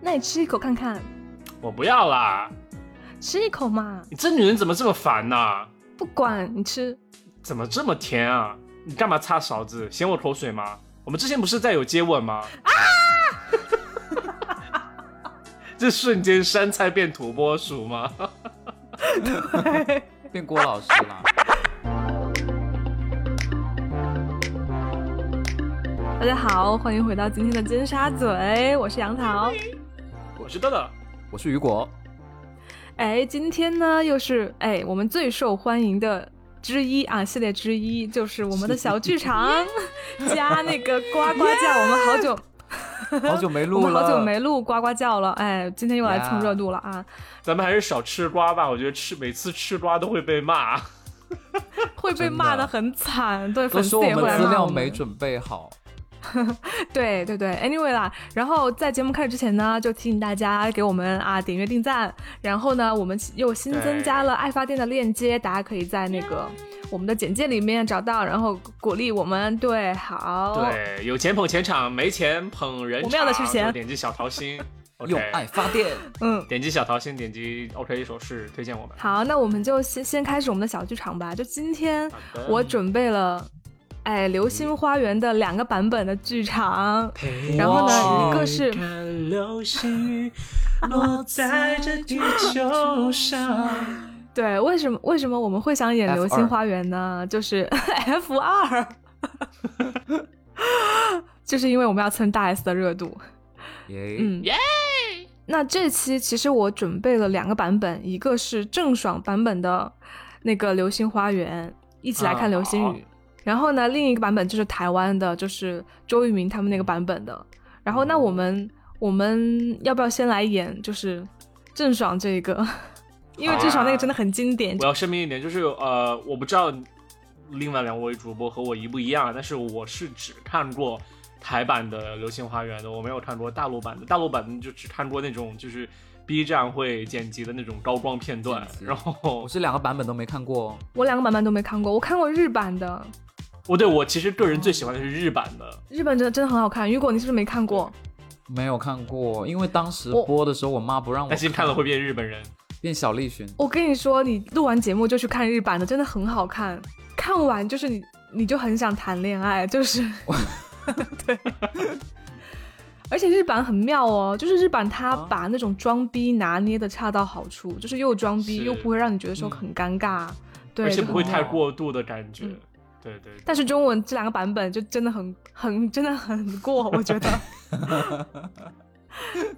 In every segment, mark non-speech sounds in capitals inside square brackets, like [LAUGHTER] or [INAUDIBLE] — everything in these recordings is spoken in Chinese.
那你吃一口看看，我不要啦！吃一口嘛，你这女人怎么这么烦呐、不管你吃。怎么这么甜啊？你干嘛擦勺子？嫌我口水吗？我们之前不是在有接吻吗？啊！ [LAUGHS] 这瞬间山菜变土拨鼠吗？ [LAUGHS] 变郭老师了。大家好，欢迎回到今天的尖沙咀，我是杨桃。我是豆豆，我是雨果， [LAUGHS] 哎，今天呢又是哎我们最受欢迎的之一啊，系列之一就是我们的小剧场加那个呱呱叫，我们好久好久没我录们了，好久没录呱呱叫了，哎，今天又来蹭热度了啊，咱们还是少吃瓜吧。我觉得吃每次吃瓜都会被骂。会被真的骂的很惨，对，都粉丝说我也会来们资骂料我们没准备好，对对对，anyway 啦，然后在节目开始之前呢，就提醒大家给我们啊点阅定赞，然后呢，我们又新增加了爱发电的链接，大家可以在那个我们的简介里面找到，然后鼓励我们。对，好，对，有钱捧钱场，没钱捧人哦场。我们要的是钱就点击小桃心，OK，用爱发 [LAUGHS] 电。嗯，点击小桃心，点击 OK 手势推荐我们。好，那我们就先先开始我们的小剧场吧。就今天好的我准备了，哎，《流星花园》的两个版本的剧场，然后呢，哇一个是看流 [LAUGHS] 星雨落在这地 [LAUGHS] 球上。对，为什么为什么我们会想演《 F2 流星花园》呢？就是 [LAUGHS] F 二，就是因为我们要蹭大 S 的热度。耶，嗯，耶！那这期其实我准备了两个版本，一个是郑爽版本的那个《流星花园》，一起来看嗯流星雨。然后呢，另一个版本就是台湾的，就是周渝民他们那个版本的。然后，那我们我们要不要先来演就是郑爽这个？ [LAUGHS] 因为郑爽那个真的很经典，啊我要声明一点，就是呃，我不知道另外两位主播和我一不一样，但是我是只看过台版的《流星花园》的，我没有看过大陆版的。大陆版的就只看过那种就是 B 站会剪辑的那种高光片段剪，辑然后我是两个版本都没看过哦，我两个版本都没看过，我看过日版的，我对我其实个人最喜欢的是日版的，日本真的真的很好看。雨果，你是不是没看过？没有看过，因为当时我播的时候，我妈不让我担心看了会变日本人。变小栗旬。我跟你说，你录完节目就去看日版的，真的很好看。看完就是你，你就很想谈恋爱，就是 [LAUGHS] 对。而且日版很妙哦，就是日版它啊把那种装逼拿捏的恰到好处，就是又装逼是嗯又不会让你觉得说很尴尬，对，而且就不会很太过度的感觉。嗯对对，对但是中文这两个版本就真的很很真的很过，我觉得。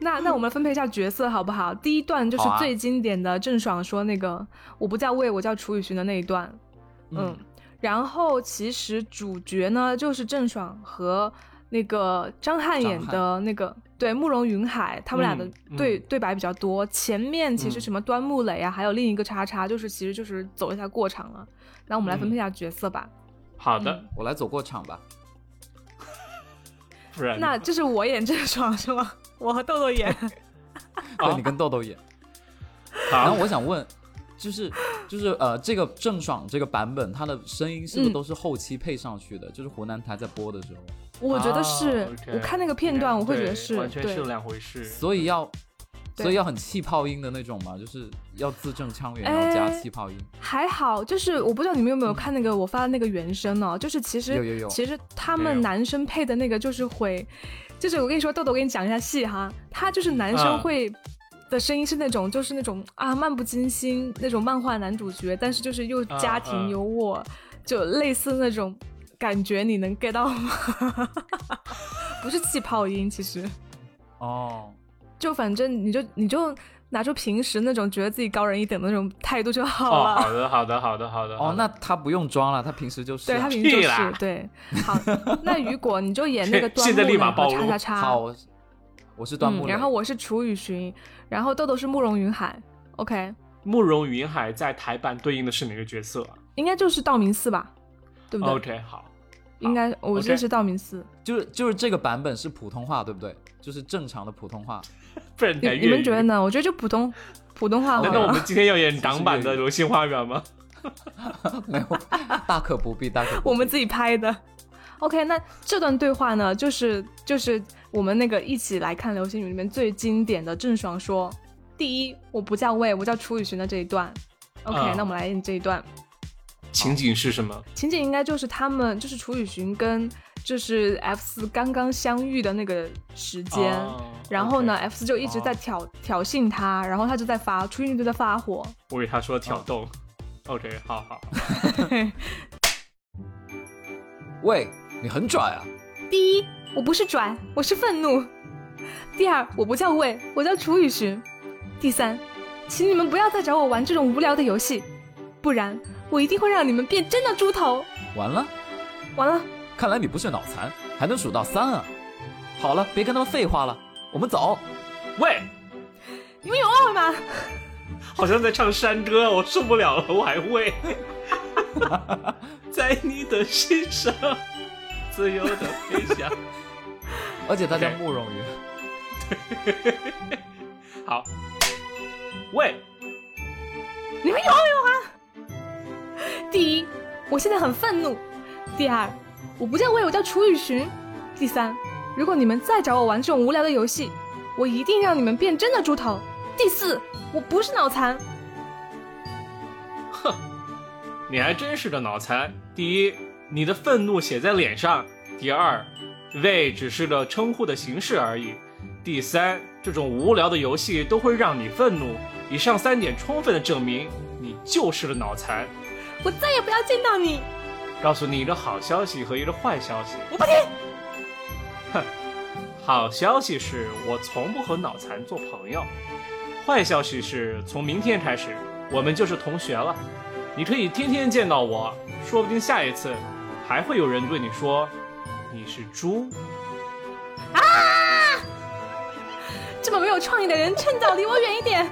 那那我们分配一下角色好不好？第一段就是好啊最经典的郑爽说那个“我不叫魏，我叫楚雨荨”的那一段，嗯。嗯然后其实主角呢就是郑爽和那个张翰演的那个对慕容云海，他们俩的嗯嗯对、对白比较多。前面其实嗯什么端木磊啊，还有另一个叉叉，就是其实就是走了一下过场了。那我们来分配一下角色吧。好的，嗯我来走过场吧。不 [LAUGHS] 然那就是我演郑爽是吗？ [LAUGHS] 我和豆豆演。啊对你跟豆豆演。然后好，我想问，就是就是呃，这个郑爽这个版本，她的声音是不是嗯都是后期配上去的？就是湖南台在播的时候， [LAUGHS] 我觉得是，啊，OK 我看那个片段，我会觉得是对完全对是两回事。所以要对所以要很气泡音的那种嘛，就是要字正腔圆，哎然后加气泡音。还好，就是我不知道你们有没有看那个我发的那个原声哦，就是其实有有有其实他有们有男生配的那个就是会，就是我跟你说豆豆，我给你讲一下戏哈，他就是男啊生会的声音是那种、就是那种啊漫不经心那种漫画男主角，但是就是又啊家庭啊优渥，就类似那种感觉，你能 get 到吗？ [LAUGHS] 不是气泡音，其实。哦，就反正你就你就拿出平时那种觉得自己高人一等的那种态度就好哦，了。好的，好的，好的，好的。好哦的，那他不用装了，他平时就是 [LAUGHS] 对啊、他平时就屁啦是对，好，那雨果你就演 [LAUGHS] 那个端现在立木马然后暴叉露叉叉，好，我是啊我是端木嗯，磊、然后我是楚雨荨，然后豆豆是慕容云海，OK，慕容云海在台版对应的是哪个角色啊应该就是道明寺吧，对嗯不对？ ？OK，好，应该我记得哦 OK 是道明寺，就是就是这个版本是普通话，对不对？就是正常的普 [LAUGHS] 通话。不然你改你哎粤们语觉得？呢？我觉得就普通普通话难好道我了。们今天要 [LAUGHS] 演港版是的《粤语流星花园》吗？没有，大可不必，大可不必。我们自己拍的。 OK，那这段对话呢，就是就是我们那个一起来看流星雨里面最经典的郑爽说：“第一，我不叫魏，我叫楚雨荨的这一段。”OK，、嗯那我们来演这一段情景是什么？情景，应该就是他们就是楚雨荨跟就是 F 四刚刚相遇的那个时间。哦然后呢 OK ，F 四就一直在挑、挑衅他，然后他就在发，楚雨荨就在发火。我给他说挑逗。OK，好好，喂，你很拽啊！第一，我不是拽，我是愤怒；第二，我不叫魏，我叫楚雨荨；第三，请你们不要再找我玩这种无聊的游戏，不然我一定会让你们变真的猪头。完了，完了，看来你不是脑残，还能数到三啊！好了，别跟他们废话了，我们走。喂，你们有二吗？好像在唱山歌，我受不了了，我还 [LAUGHS] 会。在你的心上，自由的飞翔。而且大家 OK 慕容于，好，喂，你们有没有啊？第一，我现在很愤怒；第二，我不叫魏，我叫楚雨荨；第三，如果你们再找我玩这种无聊的游戏，我一定让你们变真的猪头；第四，我不是脑残。你还真是个脑残。第一，你的愤怒写在脸上；第二，喂只是个称呼的形式而已；第三，这种无聊的游戏都会让你愤怒。以上三点充分的证明你就是个脑残。我再也不要见到你。告诉你一个好消息和一个坏消息。我不听。好消息是我从不和脑残做朋友，坏消息是从明天开始我们就是同学了。你可以天天见到我，说不定下一次还会有人对你说你是猪。 [LAUGHS] 这么没有创意的人，趁早离我远一点。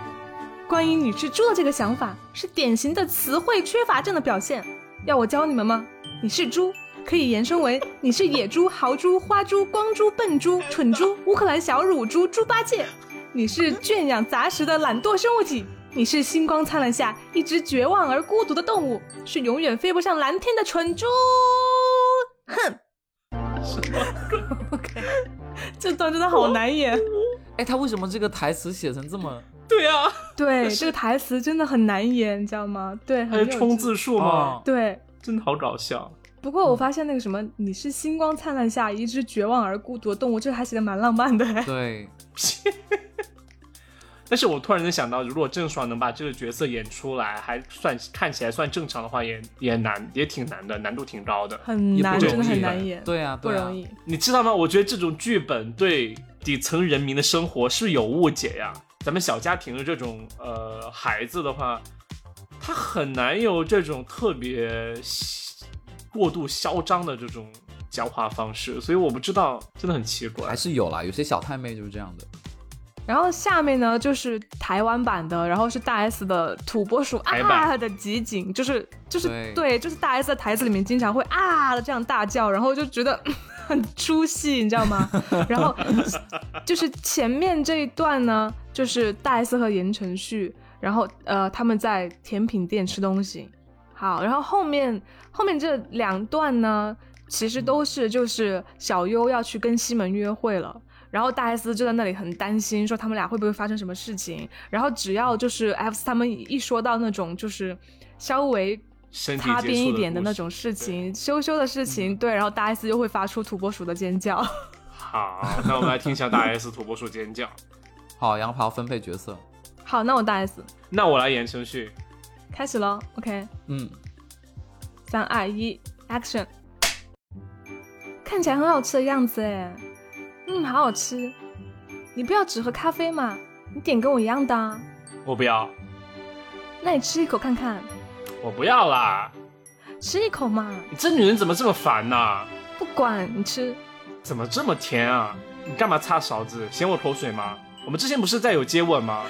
关于你是猪的这个想法，是典型的词汇缺乏症的表现。要我教你们吗？你是猪，可以延伸为你是野猪、豪猪、花猪、光猪、笨猪、蠢猪、乌克兰小乳猪、猪八戒。你是圈养杂食的懒惰生物体，你是星光灿烂下一只绝望而孤独的动物，是永远飞不上蓝天的蠢猪。哼什么？ ，OK，这段真的好难演。哎，他为什么这个台词写成 [LAUGHS] 这么？对啊，对，这个台词真的很难演，你知道吗？对，还很有有冲趣。字数吗？对，真的好搞笑。不过我嗯发现那个什么，你是星光灿烂下一只绝望而孤独的动物，这个还写的蛮浪漫的。哎 [LAUGHS] 对，但是我突然间想到，如果郑爽能把这个角色演出来，还算看起来算正常的话，也也难，也挺难的，难度挺高的。很难，也不容真易的很难演，对啊，不对啊容，易。你知道吗？我觉得这种剧本对底层人民的生活是有误解呀。咱们小家庭的这种呃孩子的话，他很难有这种特别唏过度嚣张的这种讲话方式，所以我不知道，真的很奇怪还。是有啦，有些小太妹就是这样的。然后下面呢就是台湾版的，然后是大 S 的土拨鼠台版啊的集锦，就是 [LAUGHS] 就是对就是大 S 的台词里面经常会啊的这样大叫，然后就觉得嗯很出戏，你知道吗？然后就是前面这一段呢，就是大 S 和言承旭，然后呃他们在甜品店吃东西，好，然后后面后面这两段呢，其实都是就是小优要去跟西门约会了。然后大 S 就在那里很担心，说他们俩会不会发生什么事情。然后只要就是 F 他们一说到那种就是稍微身体擦接边触一的点的故那事嗯种事情，羞羞的事情，对，然后大 S 又会发出土拨鼠的尖叫。 [LAUGHS] 好，那我们来听一下大 S 土拨鼠尖叫。好，然后还要分配角色。好，那我大 S 那我来演程序。开始喽，OK，嗯，三二一，Action！看起来很好吃的样子哎，嗯，好好吃。你不要只喝咖啡嘛，你点跟我一样的啊。我不要，那你吃一口看看，我不要啦！吃一口嘛，你这女人怎么这么烦呐、不管你吃。怎么这么甜啊？你干嘛擦勺子？嫌我口水吗？我们之前不是在有接吻吗？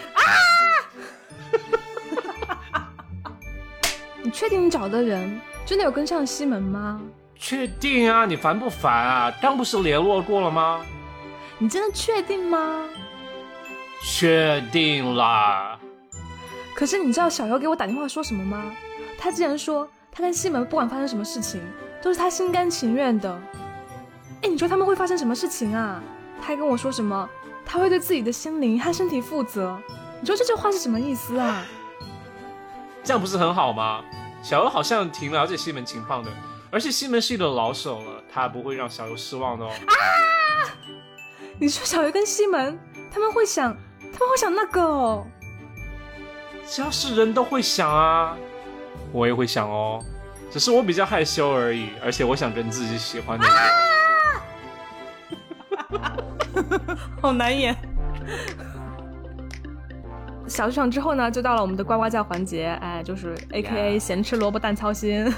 你确定你找的人真的有跟上西门吗？确定啊？你烦不烦啊？刚不是联络过了吗？你真的确定吗？确定啦。可是你知道小优给我打电话说什么吗？他竟然说他跟西门不管发生什么事情，都是他心甘情愿的。哎，你说他们会发生什么事情啊？他还跟我说什么？他会对自己的心灵和身体负责。你说这句话是什么意思啊？这样不是很好吗？小优好像挺了解西门情况的，而且西门是一个老手了，他不会让小优失望的哦。你说小鱼跟西门，他们会想，他们会想那个哦。只要是人都会想啊，我也会想哦，只是我比较害羞而已，而且我想跟自己喜欢的人。 [LAUGHS] 好难演。小剧场之后呢，就到了我们的呱呱叫环节，哎，就是 A K A 咸吃萝卜淡操心。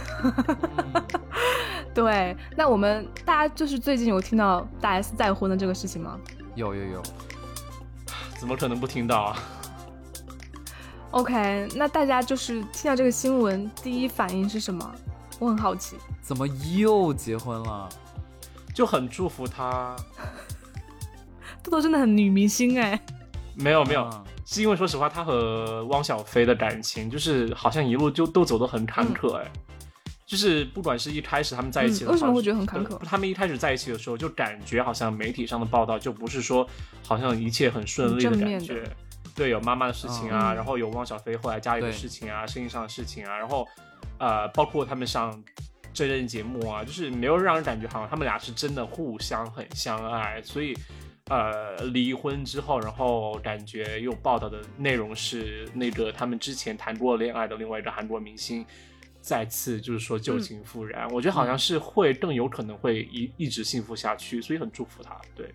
嗯 [LAUGHS] 对，那我们大家就是最近有听到大 S 再婚的这个事情吗？有有有，怎么可能不听到啊？ OK，那大家就是听到这个新闻，第一反应是什么？我很好奇。怎么又结婚了？就很祝福他。豆豆真的很女明星哎、没有没有，啊是因为说实话，他和汪小菲的感情就是好像一路就都走得很坎坷哎、就是不管是一开始他们在一起的嗯话、为什么会觉得很坎坷呃他们一开始在一起的时候，就感觉好像媒体上的报道就不是说好像一切很顺利的很正面感的觉。对，有妈妈的事情啊，嗯然后有汪小菲后来家里的对事情啊，生意上的事情啊，然后呃，包括他们上真人节目啊，就是没有让人感觉好像他们俩是真的互相很相爱，所以呃，离婚之后，然后感觉又报道的内容是那个他们之前谈过恋爱的另外一个韩国明星。再次就是说旧情复燃，我觉得好像是会更有可能会一一直幸福下去，所以很祝福他。对，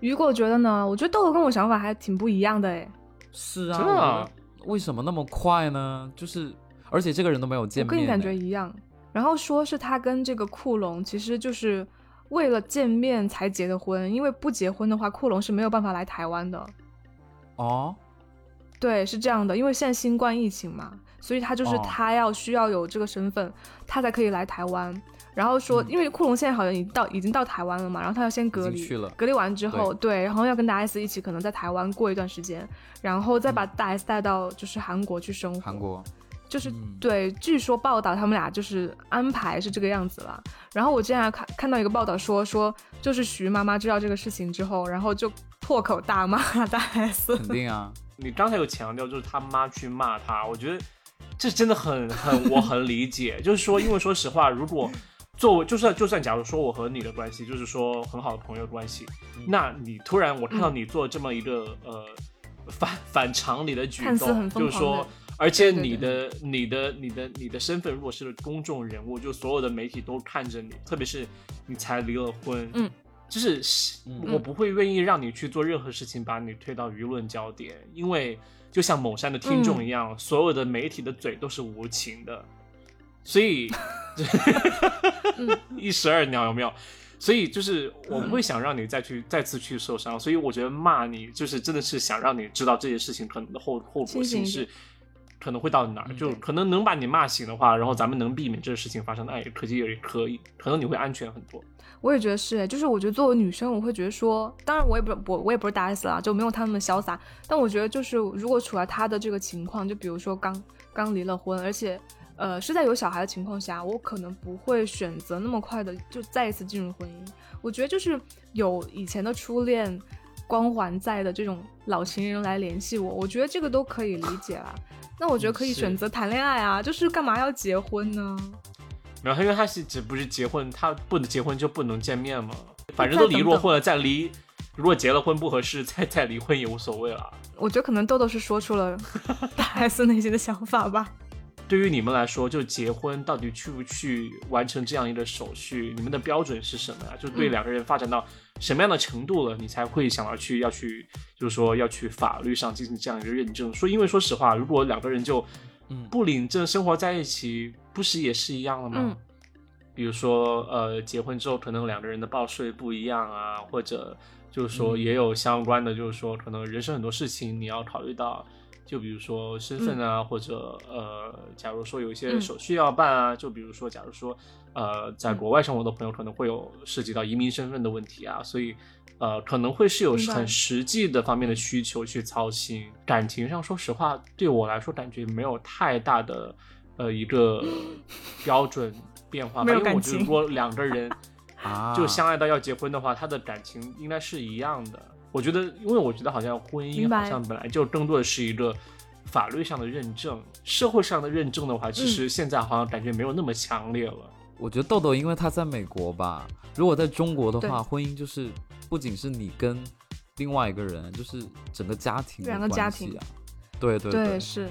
雨果觉得呢？我觉得豆豆跟我想法还挺不一样的哎、是啊，真的啊我觉得为什么那么快呢？就是，而且这个人都没有见我面呢，跟你感觉一样。然后说是他跟这个库龙，其实就是为了见面才结的婚，因为不结婚的话，库龙是没有办法来台湾的。哦，对，是这样的，因为现在新冠疫情嘛，所以他就是哦他要需要有这个身份，他才可以来台湾。然后说，嗯因为库龙现在好像已经到已经到台湾了嘛，然后他要先隔已离，经去了隔离完之后，对然后要跟大 S 一起可能在台湾过一段时间，然后再把大 S 带到就是韩国去生活。嗯韩国，就是、嗯对，据说报道他们俩就是安排是这个样子了。然后我之前还看看到一个报道说说，就是徐妈妈知道这个事情之后，然后就破口大骂大 S。肯 [LAUGHS] 定啊，你刚才有强调，就是他妈去骂他，我觉得这真的很很，我很理解。就是说，因为说实话，如果作为就算就算假如说我和你的关系，就是说很好的朋友关系，嗯那你突然我看到你做这么一个、呃反反常理的举看似动，很疯狂就的是说。而且对对你的、你的、你的、你的身份，如果是个公众人物，就所有的媒体都看着你，特别是你才离了婚，嗯，就是是嗯我不会愿意让你去做任何事情把你推到舆论焦点，因为就像某山的听众嗯一样，所有的媒体的嘴都是无情的，所以嗯 [LAUGHS] 一石二鸟有没有？所以就是我不会想让你再去、再次去受伤，所以我觉得骂你就是真的是想让你知道这件事情可能的后后果清醒性一是点可能会到哪儿，嗯就可能能把你骂醒的话，然后咱们能避免这个事情发生，那也可惜也可以，可能你会安全很多。我也觉得是，就是我觉得作为女生，我会觉得说，当然我也不我我也不是大 S 啦，就没有他们潇洒。但我觉得就是如果处在她的这个情况，就比如说刚刚离了婚，而且呃是在有小孩的情况下，我可能不会选择那么快的就再一次进入婚姻。我觉得就是有以前的初恋光环在的这种老情人来联系我，我觉得这个都可以理解啦。那我觉得可以是选择谈恋爱啊，就是干嘛要结婚呢？然后因为他是只不是结婚，他不能结婚就不能见面嘛，反正都离过婚了，再离，如果结了婚不合适，再 [LAUGHS] 再离婚也无所谓了。我觉得可能豆豆是说出了大 S 内心的想法吧。对于你们来说，就结婚到底去不去完成这样一个手续，你们的标准是什么呀、就对两个人发展到什么样的程度了，你才会想要去要去，就是说要去法律上进行这样一个认证。说，因为说实话，如果两个人就嗯不领证生活在一起，不是也是一样了吗？嗯比如说，呃，结婚之后可能两个人的报税不一样啊，或者就是说嗯也有相关的，就是说可能人生很多事情你要考虑到，就比如说身份啊，或者呃，假如说有一些嗯手续要办啊，就比如说假如说呃，在嗯国外生活的朋友可能会有涉及到移民身份的问题啊，所以呃，可能会是有明白很实际的方面的需求去操心。感情上，说实话，对我来说感觉没有太大的呃一个标准变化吧，嗯没有因为我感觉得情如果两个人啊，就相爱到要结婚的话，他的感情应该是一样的。我觉得，因为我觉得好像婚姻明白好像本来就更多的是一个法律上的认证，社会上的认证的话，其嗯实现在好像感觉没有那么强烈了。我觉得豆豆因为他在美国吧，如果在中国的话，对婚姻就是不仅是你跟另外一个人，就是整个家庭的两个家关系啊。对对对，是，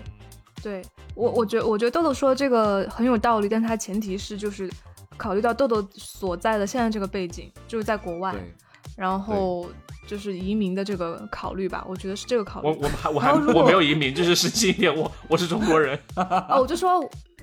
对我，我觉我觉得豆豆说的这个很有道理，但它前提是就是考虑到豆豆所在的现在这个背景，就是在国外，对 [LAUGHS] 然后就是移民的这个考虑吧，我觉得是这个考虑。我我们还我然还后如果我没有移民，这是实际一点。我我是中国人， [LAUGHS] 哦，我就说，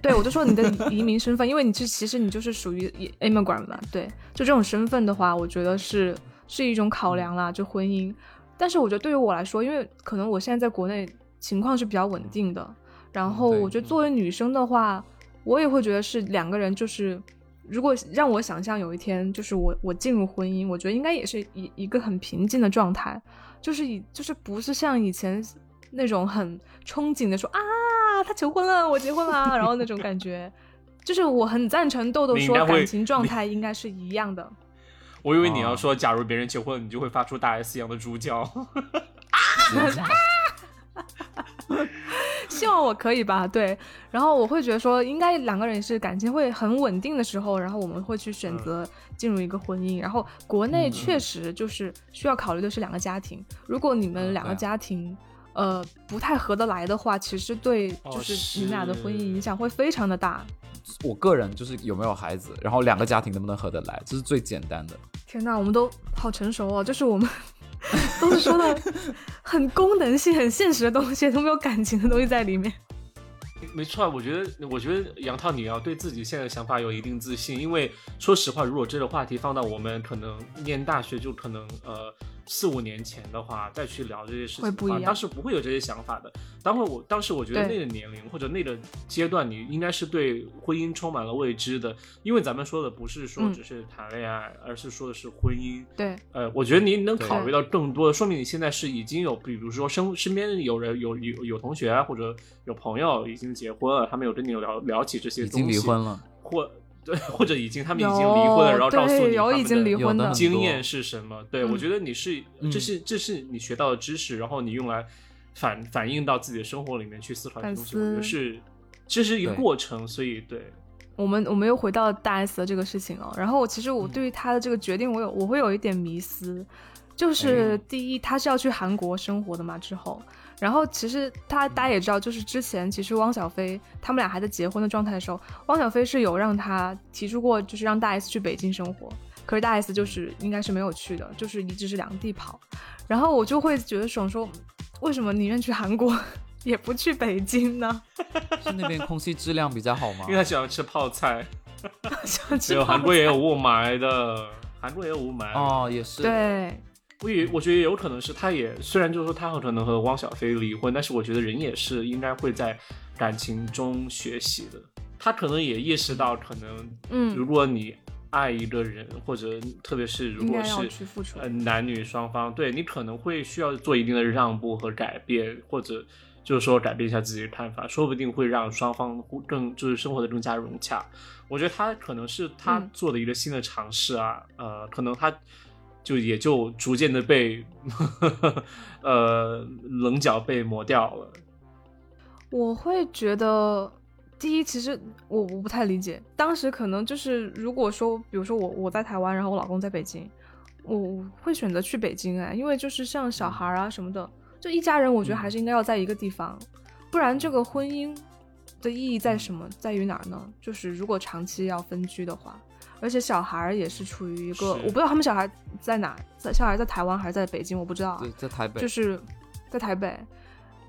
对我就说你的移民身份，因为你这其实你就是属于 immigrant 嘛，对，就这种身份的话，我觉得是是一种考量啦，就婚姻。但是我觉得对于我来说，因为可能我现在在国内情况是比较稳定的，然后对我觉得作为女生的话，我也会觉得是两个人就是。如果让我想象有一天，就是我我进入婚姻，我觉得应该也是一一个很平静的状态，就是以就是不是像以前那种很憧憬的说啊，他求婚了，我结婚了，啊然后那种感觉。就是我很赞成豆豆你应说该会感情状态应该是一样的，我以为你要说，假如别人求婚，你就会发出大 S 一样的猪叫。希望我可以吧，对。然后我会觉得说，应该两个人是感情会很稳定的时候，然后我们会去嗯选择进入一个婚姻。然后国内确实就是需要考虑的是两个家庭，如果你嗯们两对个啊家庭。呃，不太合得来的话，其实对哦就是你们俩的婚姻是影响会非常的大。我个人就是有没有孩子，然后两个家庭能不能合得来，这是最简单的。天呐，我们都好成熟哦，就是我们 [LAUGHS] 都是说的很功能性、很现实的东西，都没有感情的东西在里面。没错，啊我觉得，我觉得杨涛，你要对自己现在的想法有一定自信，因为说实话，如果这个话题放到我们可能念大学，就可能呃四五年前的话，再去聊这些事情的话，会不一样当时不会有这些想法的。当会我当时我觉得对那个年龄或者那个阶段，你应该是对婚姻充满了未知的，因为咱们说的不是说嗯只是谈恋爱，而是说的是婚姻。对，呃，我觉得您能对考虑到更多的，说明你现在是已经有，比如说身身边有人有有有同学啊或者有朋友已经结婚了，他们有跟你聊聊起这些已东西，经离婚了，或对或者已经他们已有经离婚了，然后告诉对你有已经离婚婚有的的，经验是什么？对，嗯我觉得你是嗯这是这是你学到的知识，然后你用来反反映到自己的生活里面去思考这些东西，反我思觉得是这是一个对啊过程，所以对，我们我们又回到大 S 的这个事情哦。然后我其实我对于她的这个决定，我有我会有一点迷思，就是第一，她是要去韩国生活的嘛，之后，然后其实她大家也知道，就是之前其实汪小菲他们俩还在结婚的状态的时候，汪小菲是有让她提出过，就是让大 S 去北京生活。可是大 S 就是应该是没有去的，就是一直是两地跑，然后我就会觉得爽说，为什么宁愿去韩国 [LAUGHS] 也不去北京呢？ [LAUGHS] 是那边空气质量比较好吗 [LAUGHS] 因为？他喜欢吃泡菜，想没去有泡韩国也有雾霾的，韩国也有雾霾哦，也是。对，我也我觉得有可能是他也虽然就是说他很可能和汪小菲离婚，但是我觉得人也是应该会在感情中学习的。他可能也意识到，可能嗯，如果你爱一个人，或者特别是如应果该要去是付出。呃男女双方，对你可能会需要做一定的让步和改变，或者就是说改变一下自己的看法，说不定会让双方互更就是生活的更加融洽。我觉得他可能是他嗯做的一个新的尝试啊，呃，可能他就也就逐渐的被呃棱角被磨掉了。我会觉得，第一，其实我我不太理解，当时可能就是如果说，比如说我我在台湾，然后我老公在北京，我我会选择去北京哎，因为就是像嗯小孩啊什么的，就一家人，我觉得还是应该要在一个地方，不然这个婚姻的意义在嗯什么，在于哪儿呢？就是如果长期要分居的话。而且小孩儿也是处于一个，我是不知道他们小孩在哪，在小孩在台湾还是在北京，我不知道啊。对，在台北。就是在台北。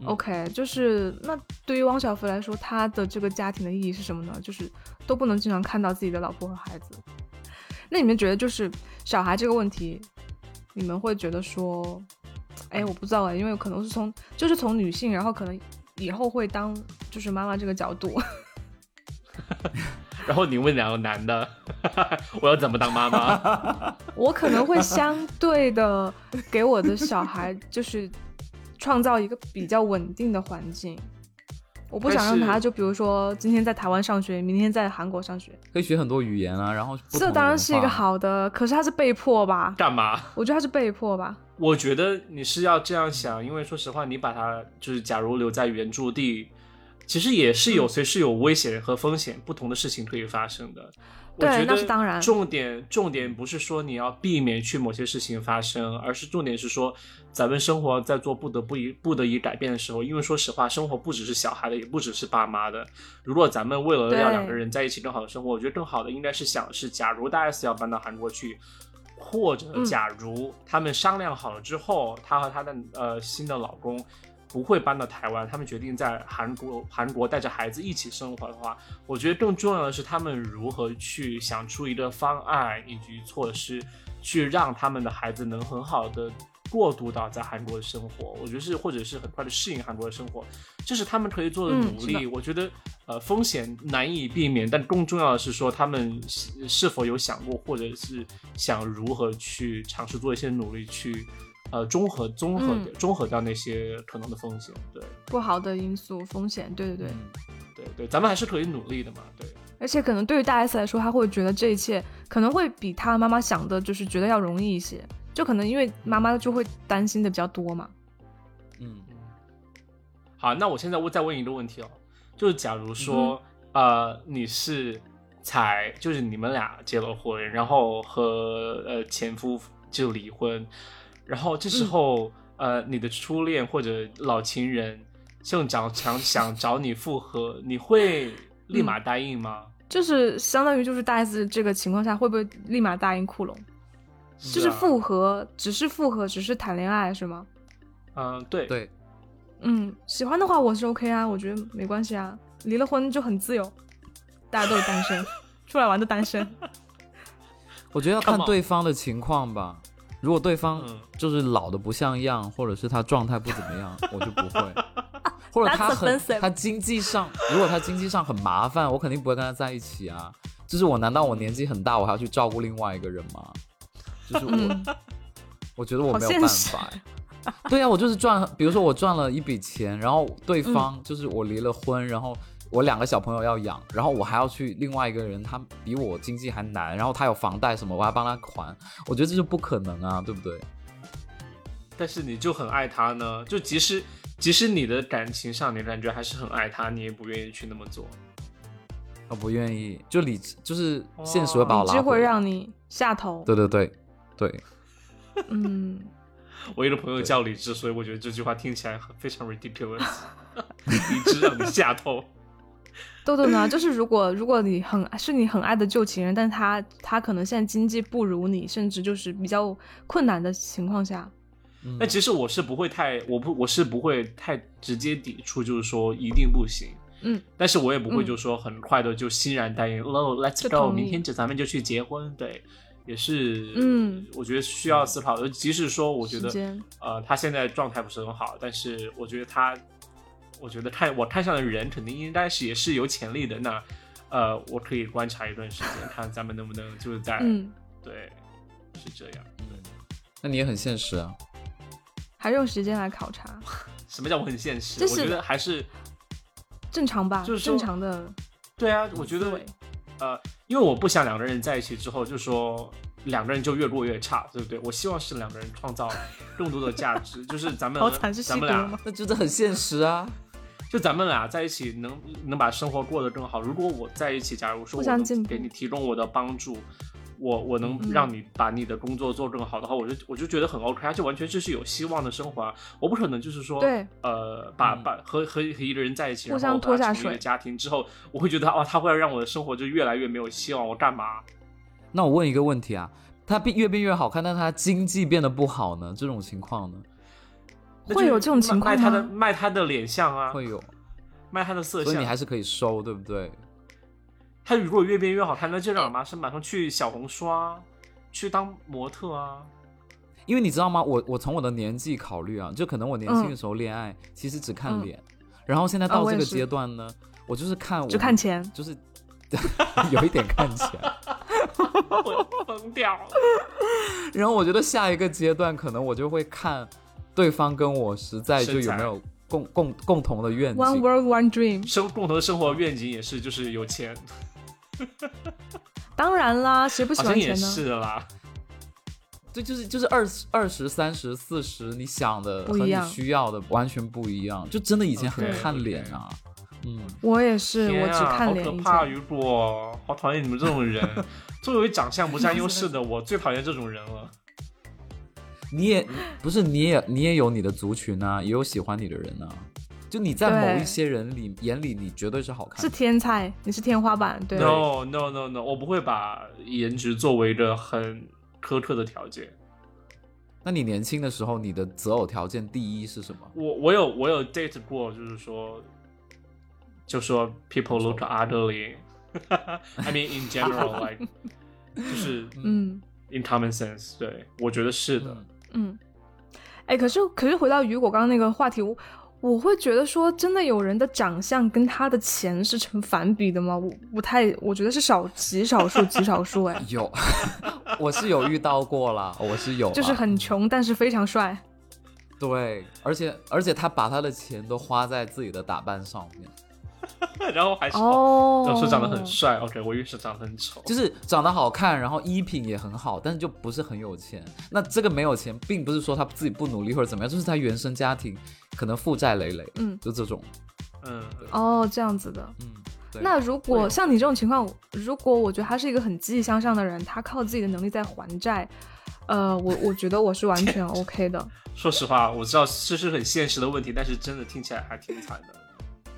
嗯 OK，就是那对于汪小菲来说，他的这个家庭的意义是什么呢？就是都不能经常看到自己的老婆和孩子。那你们觉得就是小孩这个问题，你们会觉得说，哎，我不知道哎，因为可能是从就是从女性，然后可能以后会当就是妈妈这个角度，然后你问两个男的， [LAUGHS] 我要怎么当妈妈？ [LAUGHS] 我可能会相对的给我的小孩就是创造一个比较稳定的环境。我不想让他就比如说今天在台湾上学，明天在韩国上学，可以学很多语言啊，然后不同的这当然文是一个化好的，可是他是被迫吧？干嘛？我觉得他是被迫吧。我觉得你是要这样嗯想，因为说实话，你把它就是假如留在原住地，其实也是嗯有随时有危险和风险，不同的事情可以发生的。我对觉那得是当然重点重点不是说你要避免去某些事情发生，而是重点是说咱们生活在做不得不以不得已改变的时候，因为说实话，生活不只是小孩的，也不只是爸妈的。如果咱们为了让对两个人在一起更好的生活，我觉得更好的应该是想的是，假如大 S 要搬到韩国去，或者嗯假如他们商量好了之后，她和她的呃新的老公不会搬到台湾，他们决定在韩国韩国带着孩子一起生活的话，我觉得更重要的是他们如何去想出一个方案以及措施，去让他们的孩子能很好的。过渡到在韩国的生活，我觉得是，或者是很快的适应韩国的生活，这是他们可以做的嗯努是的力。我觉得，呃，风险难以避免，但更重要的是说，他们是是否有想过，或者是想如何去尝试做一些努力去，呃，综合、综合、嗯综合掉那些可能的风险。对，不好的因素、风险，对对对，嗯对，对，咱们还是可以努力的嘛。对，而且可能对于大 S 来说，她会觉得这一切可能会比她妈妈想的，就是觉得要容易一些，就可能因为妈妈就会担心的比较多嘛。嗯，好，那我现在我再问一个问题哦，就是假如嗯说，呃，你是才就是你们俩结了婚，然后和呃前夫就离婚，然后嗯这时候、呃你的初恋或者老情人想找想想找你复合，你会嗯立马答应吗？就是相当于就是大 S 这个情况下，会不会立马答应库龙？就是啊复合，只是复合，只是谈恋爱是吗？嗯、对对，嗯，喜欢的话我是 OK 啊，我觉得没关系啊，离了婚就很自由，大家都是单身， [LAUGHS] 出来玩都单 [LAUGHS] 身。我觉得要 Come 看 on 对方的情况吧。如果对方嗯就是老的不像样，或者是他状态不怎么样，我就不 [LAUGHS] 会。或者他 That's 很 offensive 他经济上，如果他经济上很麻烦，我肯定不会跟他在一起啊。就是我难道我年纪很大，我还要去照顾另外一个人吗？就是我，嗯，我觉得我好没有现办实法欸。对呀、我就是赚，比如说我赚了一笔钱，然后对嗯方就是我离了婚，然后我两个小朋友要养，然后我还要去另外一个人，他比我经济还难，然后他有房贷什么，我还帮他还，我觉得这就不可能啊，对不对？但是你就很爱他呢，就即使即使你的感情上你感觉还是很爱他，你也不愿意去那么做。我不愿意，就理智就是现实会把我只拉哦会回来。让你下头。对对对对，嗯，我一个朋友叫李智，所以我觉得这句话听起来很非常 ridiculous。理智让你下头，豆豆呢， [LAUGHS] 就是如果如果你很是你很爱的旧情人，但他他可能现在经济不如你，甚至就是比较困难的情况下，嗯但其实我是不会太，我不我是不会太直接抵触，就是说一定不行。嗯，但是我也不会嗯就说很快的就欣然答应。No, let's 就 go，同意明天就咱们就去结婚。对，也是，嗯，我觉得需要思考的。即使说我觉得时间呃，他现在状态不是很好，但是我觉得他，我觉得看我看上的人肯定应该是也是有潜力的。那呃，我可以观察一段时间，看咱们能不能就是在、嗯，对，是这样。那你也很现实啊。还用时间来考察，什么叫我很现实？这是我觉得还是正常吧？就是正说常的对啊，我觉思得维。呃，因为我不想两个人在一起之后就说两个人就越过越差，对不对？我希望是两个人创造更多的价值，就是咱 [LAUGHS] 们好惨是吸咱毒们俩吗？那就是很现实啊，就咱们俩在一起能能把生活过得更好。如果我在一起，假如说互我相能进步给你提供我的帮助，我我能嗯让你把你的工作做更好的话，我就我就觉得很 OK 啊，就完全就是有希望的生活啊。我不可能就是说，对，呃，把嗯把和和和一个人在一起，互然相后拖下把他成为一水个家庭之后，我会觉得哦，他会让我的生活就越来越没有希望，我干嘛？那我问一个问题啊，他变越变越好看，但他经济变得不好呢？这种情况呢，那会就有这种情况卖他的吗卖他的脸相啊，会有，卖他的色所以你还相。是可以收，对不对？他如果越变越好看，那就让我妈是马上去小红书啊，去当模特啊。 [LAUGHS] 因为你知道吗？我我从我的年纪考虑啊，就可能我年轻的时候恋爱、其实只看脸，然后现在嗯啊到我这也个是阶段呢，我就是看我只看， [LAUGHS] 钱。 [LAUGHS] 就是有一点看 [LAUGHS] 钱。我要疯掉了。然后我觉得下一个阶段可能我就会看对方跟我实在就有没有共共共同的愿景。 One world, one dream。生共同的生活愿景也是，就是有钱，当然啦，谁不喜好欢像也钱呢？是啦。对，就是就是二十二十三十四十，你想的不和一你样哦需要的完全不一样，就真的以前很 OK，看 OK 脸啊。嗯，我也是，我天只啊，看好脸可印怕，象。雨果，好讨厌你们这 [LAUGHS] 种人。作为长相不占优势的，我最讨厌这种人了。你也不是你也你也有你的族群啊，也有喜欢你的人啊。就你在某对一些人里眼里，你绝对是好看是的。天才，你是天花板，对。 No no no no，我不会把颜值作为一个很苛刻的条件。那你年轻的时候，你的择偶条件第一是什么？我我有我有 date 过，就是说，就说 people look [LAUGHS] ugly，I mean in general like，就是嗯 in common sense，对我觉得是的。嗯嗯。哎，可是可是回到雨果刚刚那个话题，我我会觉得说，真的有人的长相跟他的钱是成反比的吗？我不太，我觉得是少极少 [LAUGHS] 数，极少数。哎，有， [LAUGHS] 我是有遇到过啦，我是有啦，就是很穷，但是非常帅。对，而且而且他把他的钱都花在自己的打扮上面， [LAUGHS] 然后还是哦，要说长得很帅，OK，我以为是长得很丑。就是长得好看，然后衣品也很好，但是就不是很有钱。那这个没有钱，并不是说他自己不努力或者怎么样，就是他原生家庭可能负债累累，嗯就这种，嗯，哦，这样子的。嗯，对。那如会果有像你这种情况，如果我觉得他是一个很积极向上的人，他靠自己的能力在还债，呃，我我觉得我是完 [LAUGHS] 全 OK 的。说实话，我知道这是很现实的问题，但是真的听起来还挺惨的。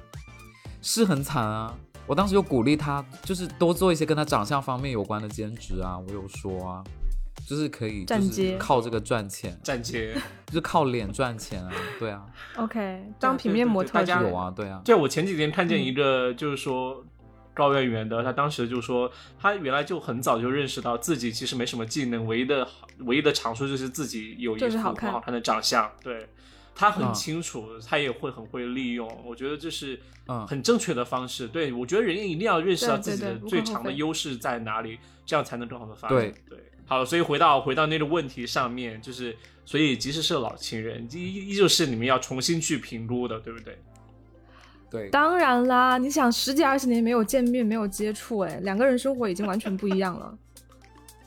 是很惨啊。我当时有鼓励他，就是多做一些跟他长相方面有关的兼职啊，我有说啊，就是可以就站街是靠这个赚钱，站街，就是靠脸赚钱啊，对啊， OK，当对平对面对模对特大是家吧有啊，对啊，对我前几天看嗯见一个，就是说高院员的，他当时就说，他原来就很早就认识到自己其实没什么技能，唯一的唯一的长处就是自己有一就是副好很看啊好看的长相。对，他嗯很清楚，他也会很会利用。我觉得这是嗯很正确的方式。对我觉得人一定要认识到对对自己的对无可最厚强的非优势在哪里，这样才能更好的发展。对对，好，所以回到回到那个问题上面，就是所以即使是老情人，依依旧是你们要重新去评估的，对不对？对，当然啦，你想十几二十年没有见面、没有接触，哎，两个人生活已经完全不一样 [LAUGHS] 了。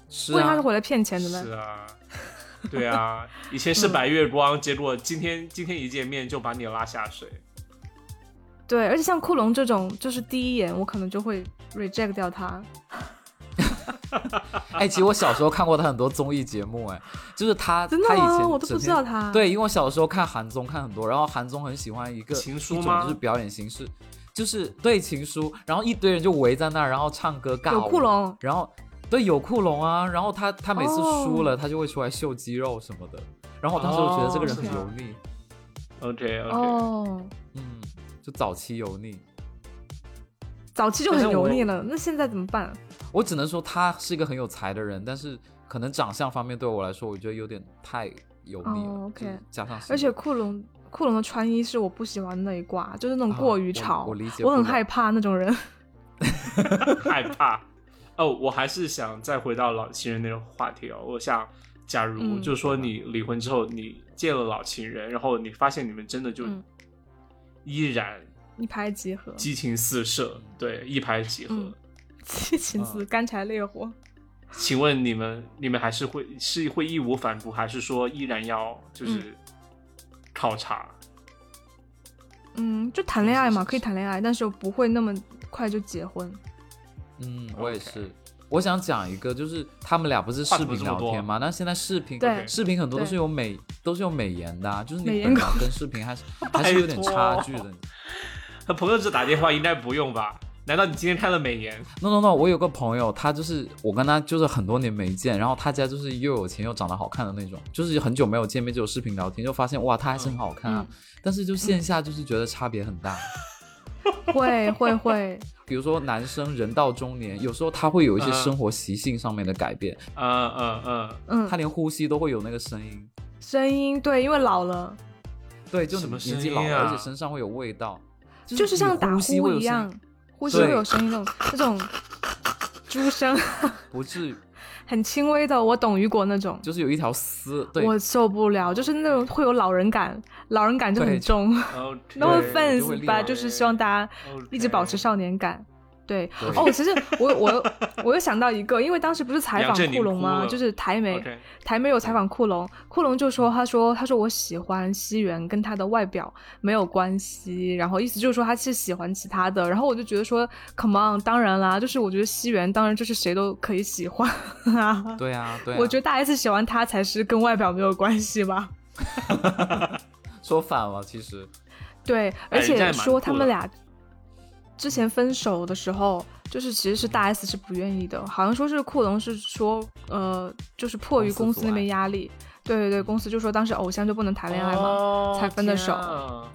是所以他啊是，回来骗钱的是呗？啊，对啊，以前是白月光，结果今天今天一见面就把你拉下水。对，而且像库龙这种，就是第一眼我可能就会 reject 掉他。哎，其实我小时候看过他很多综艺节目，哎，就是他，真的他以吗？前我都不整知天道他。，对，因为我小时候看韩综看很多，然后韩综很喜欢一个情书一种吗就是表演形式，就是对情书，然后一堆人就围在那儿，然后唱歌尬有舞库龙然后对有库龙啊，然后他他每次输哦了，他就会出来秀肌肉什么的，然后我当时就觉得这个哦人很是吗油腻， OK OK，、哦，嗯，就早期油腻，早期就但很是油我腻了，那现在怎么办？我只能说他是一个很有才的人，但是可能长相方面对我来说，我觉得有点太油腻了、哦，OK 就是加上性而且格库龙库龙的穿衣是我不喜欢的那一挂，就是那种啊过于我潮，我理解我很不了害怕那种人。害怕。哦，我还是想再回到老情人那个话题哦。我想，假如嗯就是说你离婚之后，你见了老情人，然后你发现你们真的就嗯依然一拍即合，激情四射，对，一拍即合。嗯激情啊似干柴烈火。请问你们，你们还是会是会义无反顾，还是说依然要就是考察？嗯，就谈恋爱嘛，是是是可以谈恋爱，但是我不会那么快就结婚。嗯，我也 OK 是。我想讲一个，就是他们俩不是视话怎么这频么聊多天吗？那现在视频对视频很多都对是有美都是有美颜的、啊，就是美你颜本人跟视频 [LAUGHS] 还是还是有点差距的。和朋友这打电话应该不用吧？难道你今天看了美颜？ No No No，我有个朋友，他就是我跟他就是很多年没见，然后他家就是又有钱又长得好看的那种，就是很久没有见面就有视频聊天，就发现哇他还是很好看啊，嗯但是就线下就是觉得差别很大。会会会，比如说男生人到中年，有时候他会有一些嗯生活习性上面的改变，嗯嗯嗯，嗯他，连呼吸都会有那个声音。声音对，因为老了，对，就什你么年声纪老音了，而且啊身上会有味道，就就是像你打呼吸会呼有一声音样，呼吸会对有声音那种那种猪声，不至于很轻微的，我懂雨果那种，就是有一条丝，对，我受不了，就是那种会有老人感，老人感就很重。 o k No 就会 offense 立吧，马就是希望大家一直保持少年感。对，对哦，其实我我我又想到一个，因为当时不是采梁访振宁库龙哭吗？了就是台媒 OK，台媒有采访库龙，库龙就说，他说他说我喜欢西元跟他的外表没有关系，然后意思就是说他是喜欢其他的，然后我就觉得说，come on，当然啦，就是我觉得西元当然就是谁都可以喜欢啊，对啊，对啊，我觉得大 S 喜欢他才是跟外表没有关系吧。说反了，其实对，哎而人家且也蛮说他酷们的俩之前分手的时候，就是其实是大 S 是不愿意的，好像说是库龙是说，呃，就是迫于公公司司阻那边碍压力，对对对，公司就说当时偶像就不能谈恋爱嘛，哦才分的手天啊，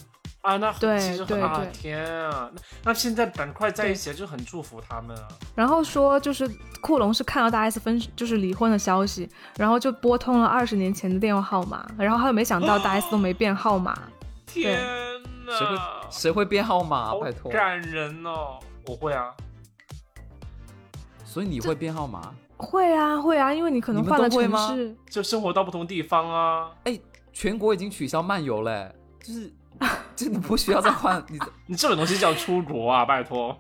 啊那对其实很对啊对天啊，那那现在赶快在一起，就很祝福他们啊。然后说就是库龙是看到大 S 分就是离婚的消息，然后就拨通了二十年前的电话号码，然后他又没想到大 S 都没变号码，哦天谁会哪，谁会编号码啊？好拜托，感人哦！我会啊，所以你会编号码？ [LAUGHS] 会啊会啊，因为你可能你们换了都会城吗市，就生活到不同地方啊。哎，全国已经取消漫游嘞，就是真的不需要再换你。你这种东西叫出国啊，拜托。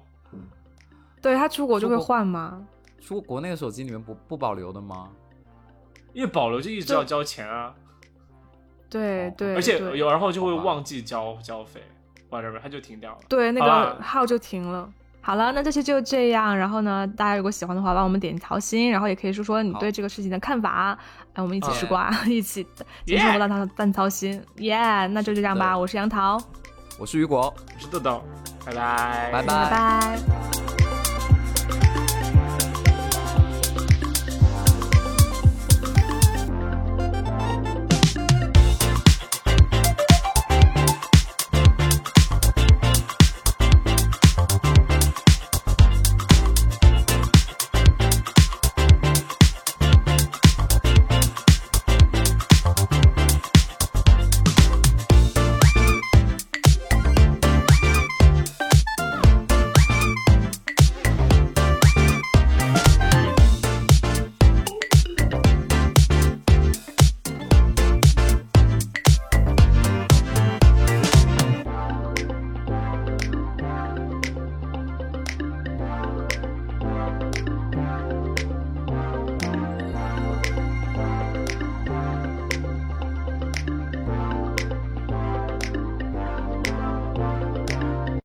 对他出国就出会国换嘛， [LAUGHS] 出国内的手机你们不不保留的吗？因为保留就一直就要交钱啊，对哦对，而且对有然后就会好吧忘记交交费，whatever，它就停掉了。对，那好个啦号就停了。好了，那这期就这样。然后呢，大家如果喜欢的话，帮我们点桃心，然后也可以说说你好对这个事情的看法。哎，我们一起嗯吃瓜， [LAUGHS] 一起一起 Yeah 吃瓜蛋蛋操心。耶、那就这样吧。对我是杨桃，我是雨果，我是豆豆，拜拜，拜拜拜。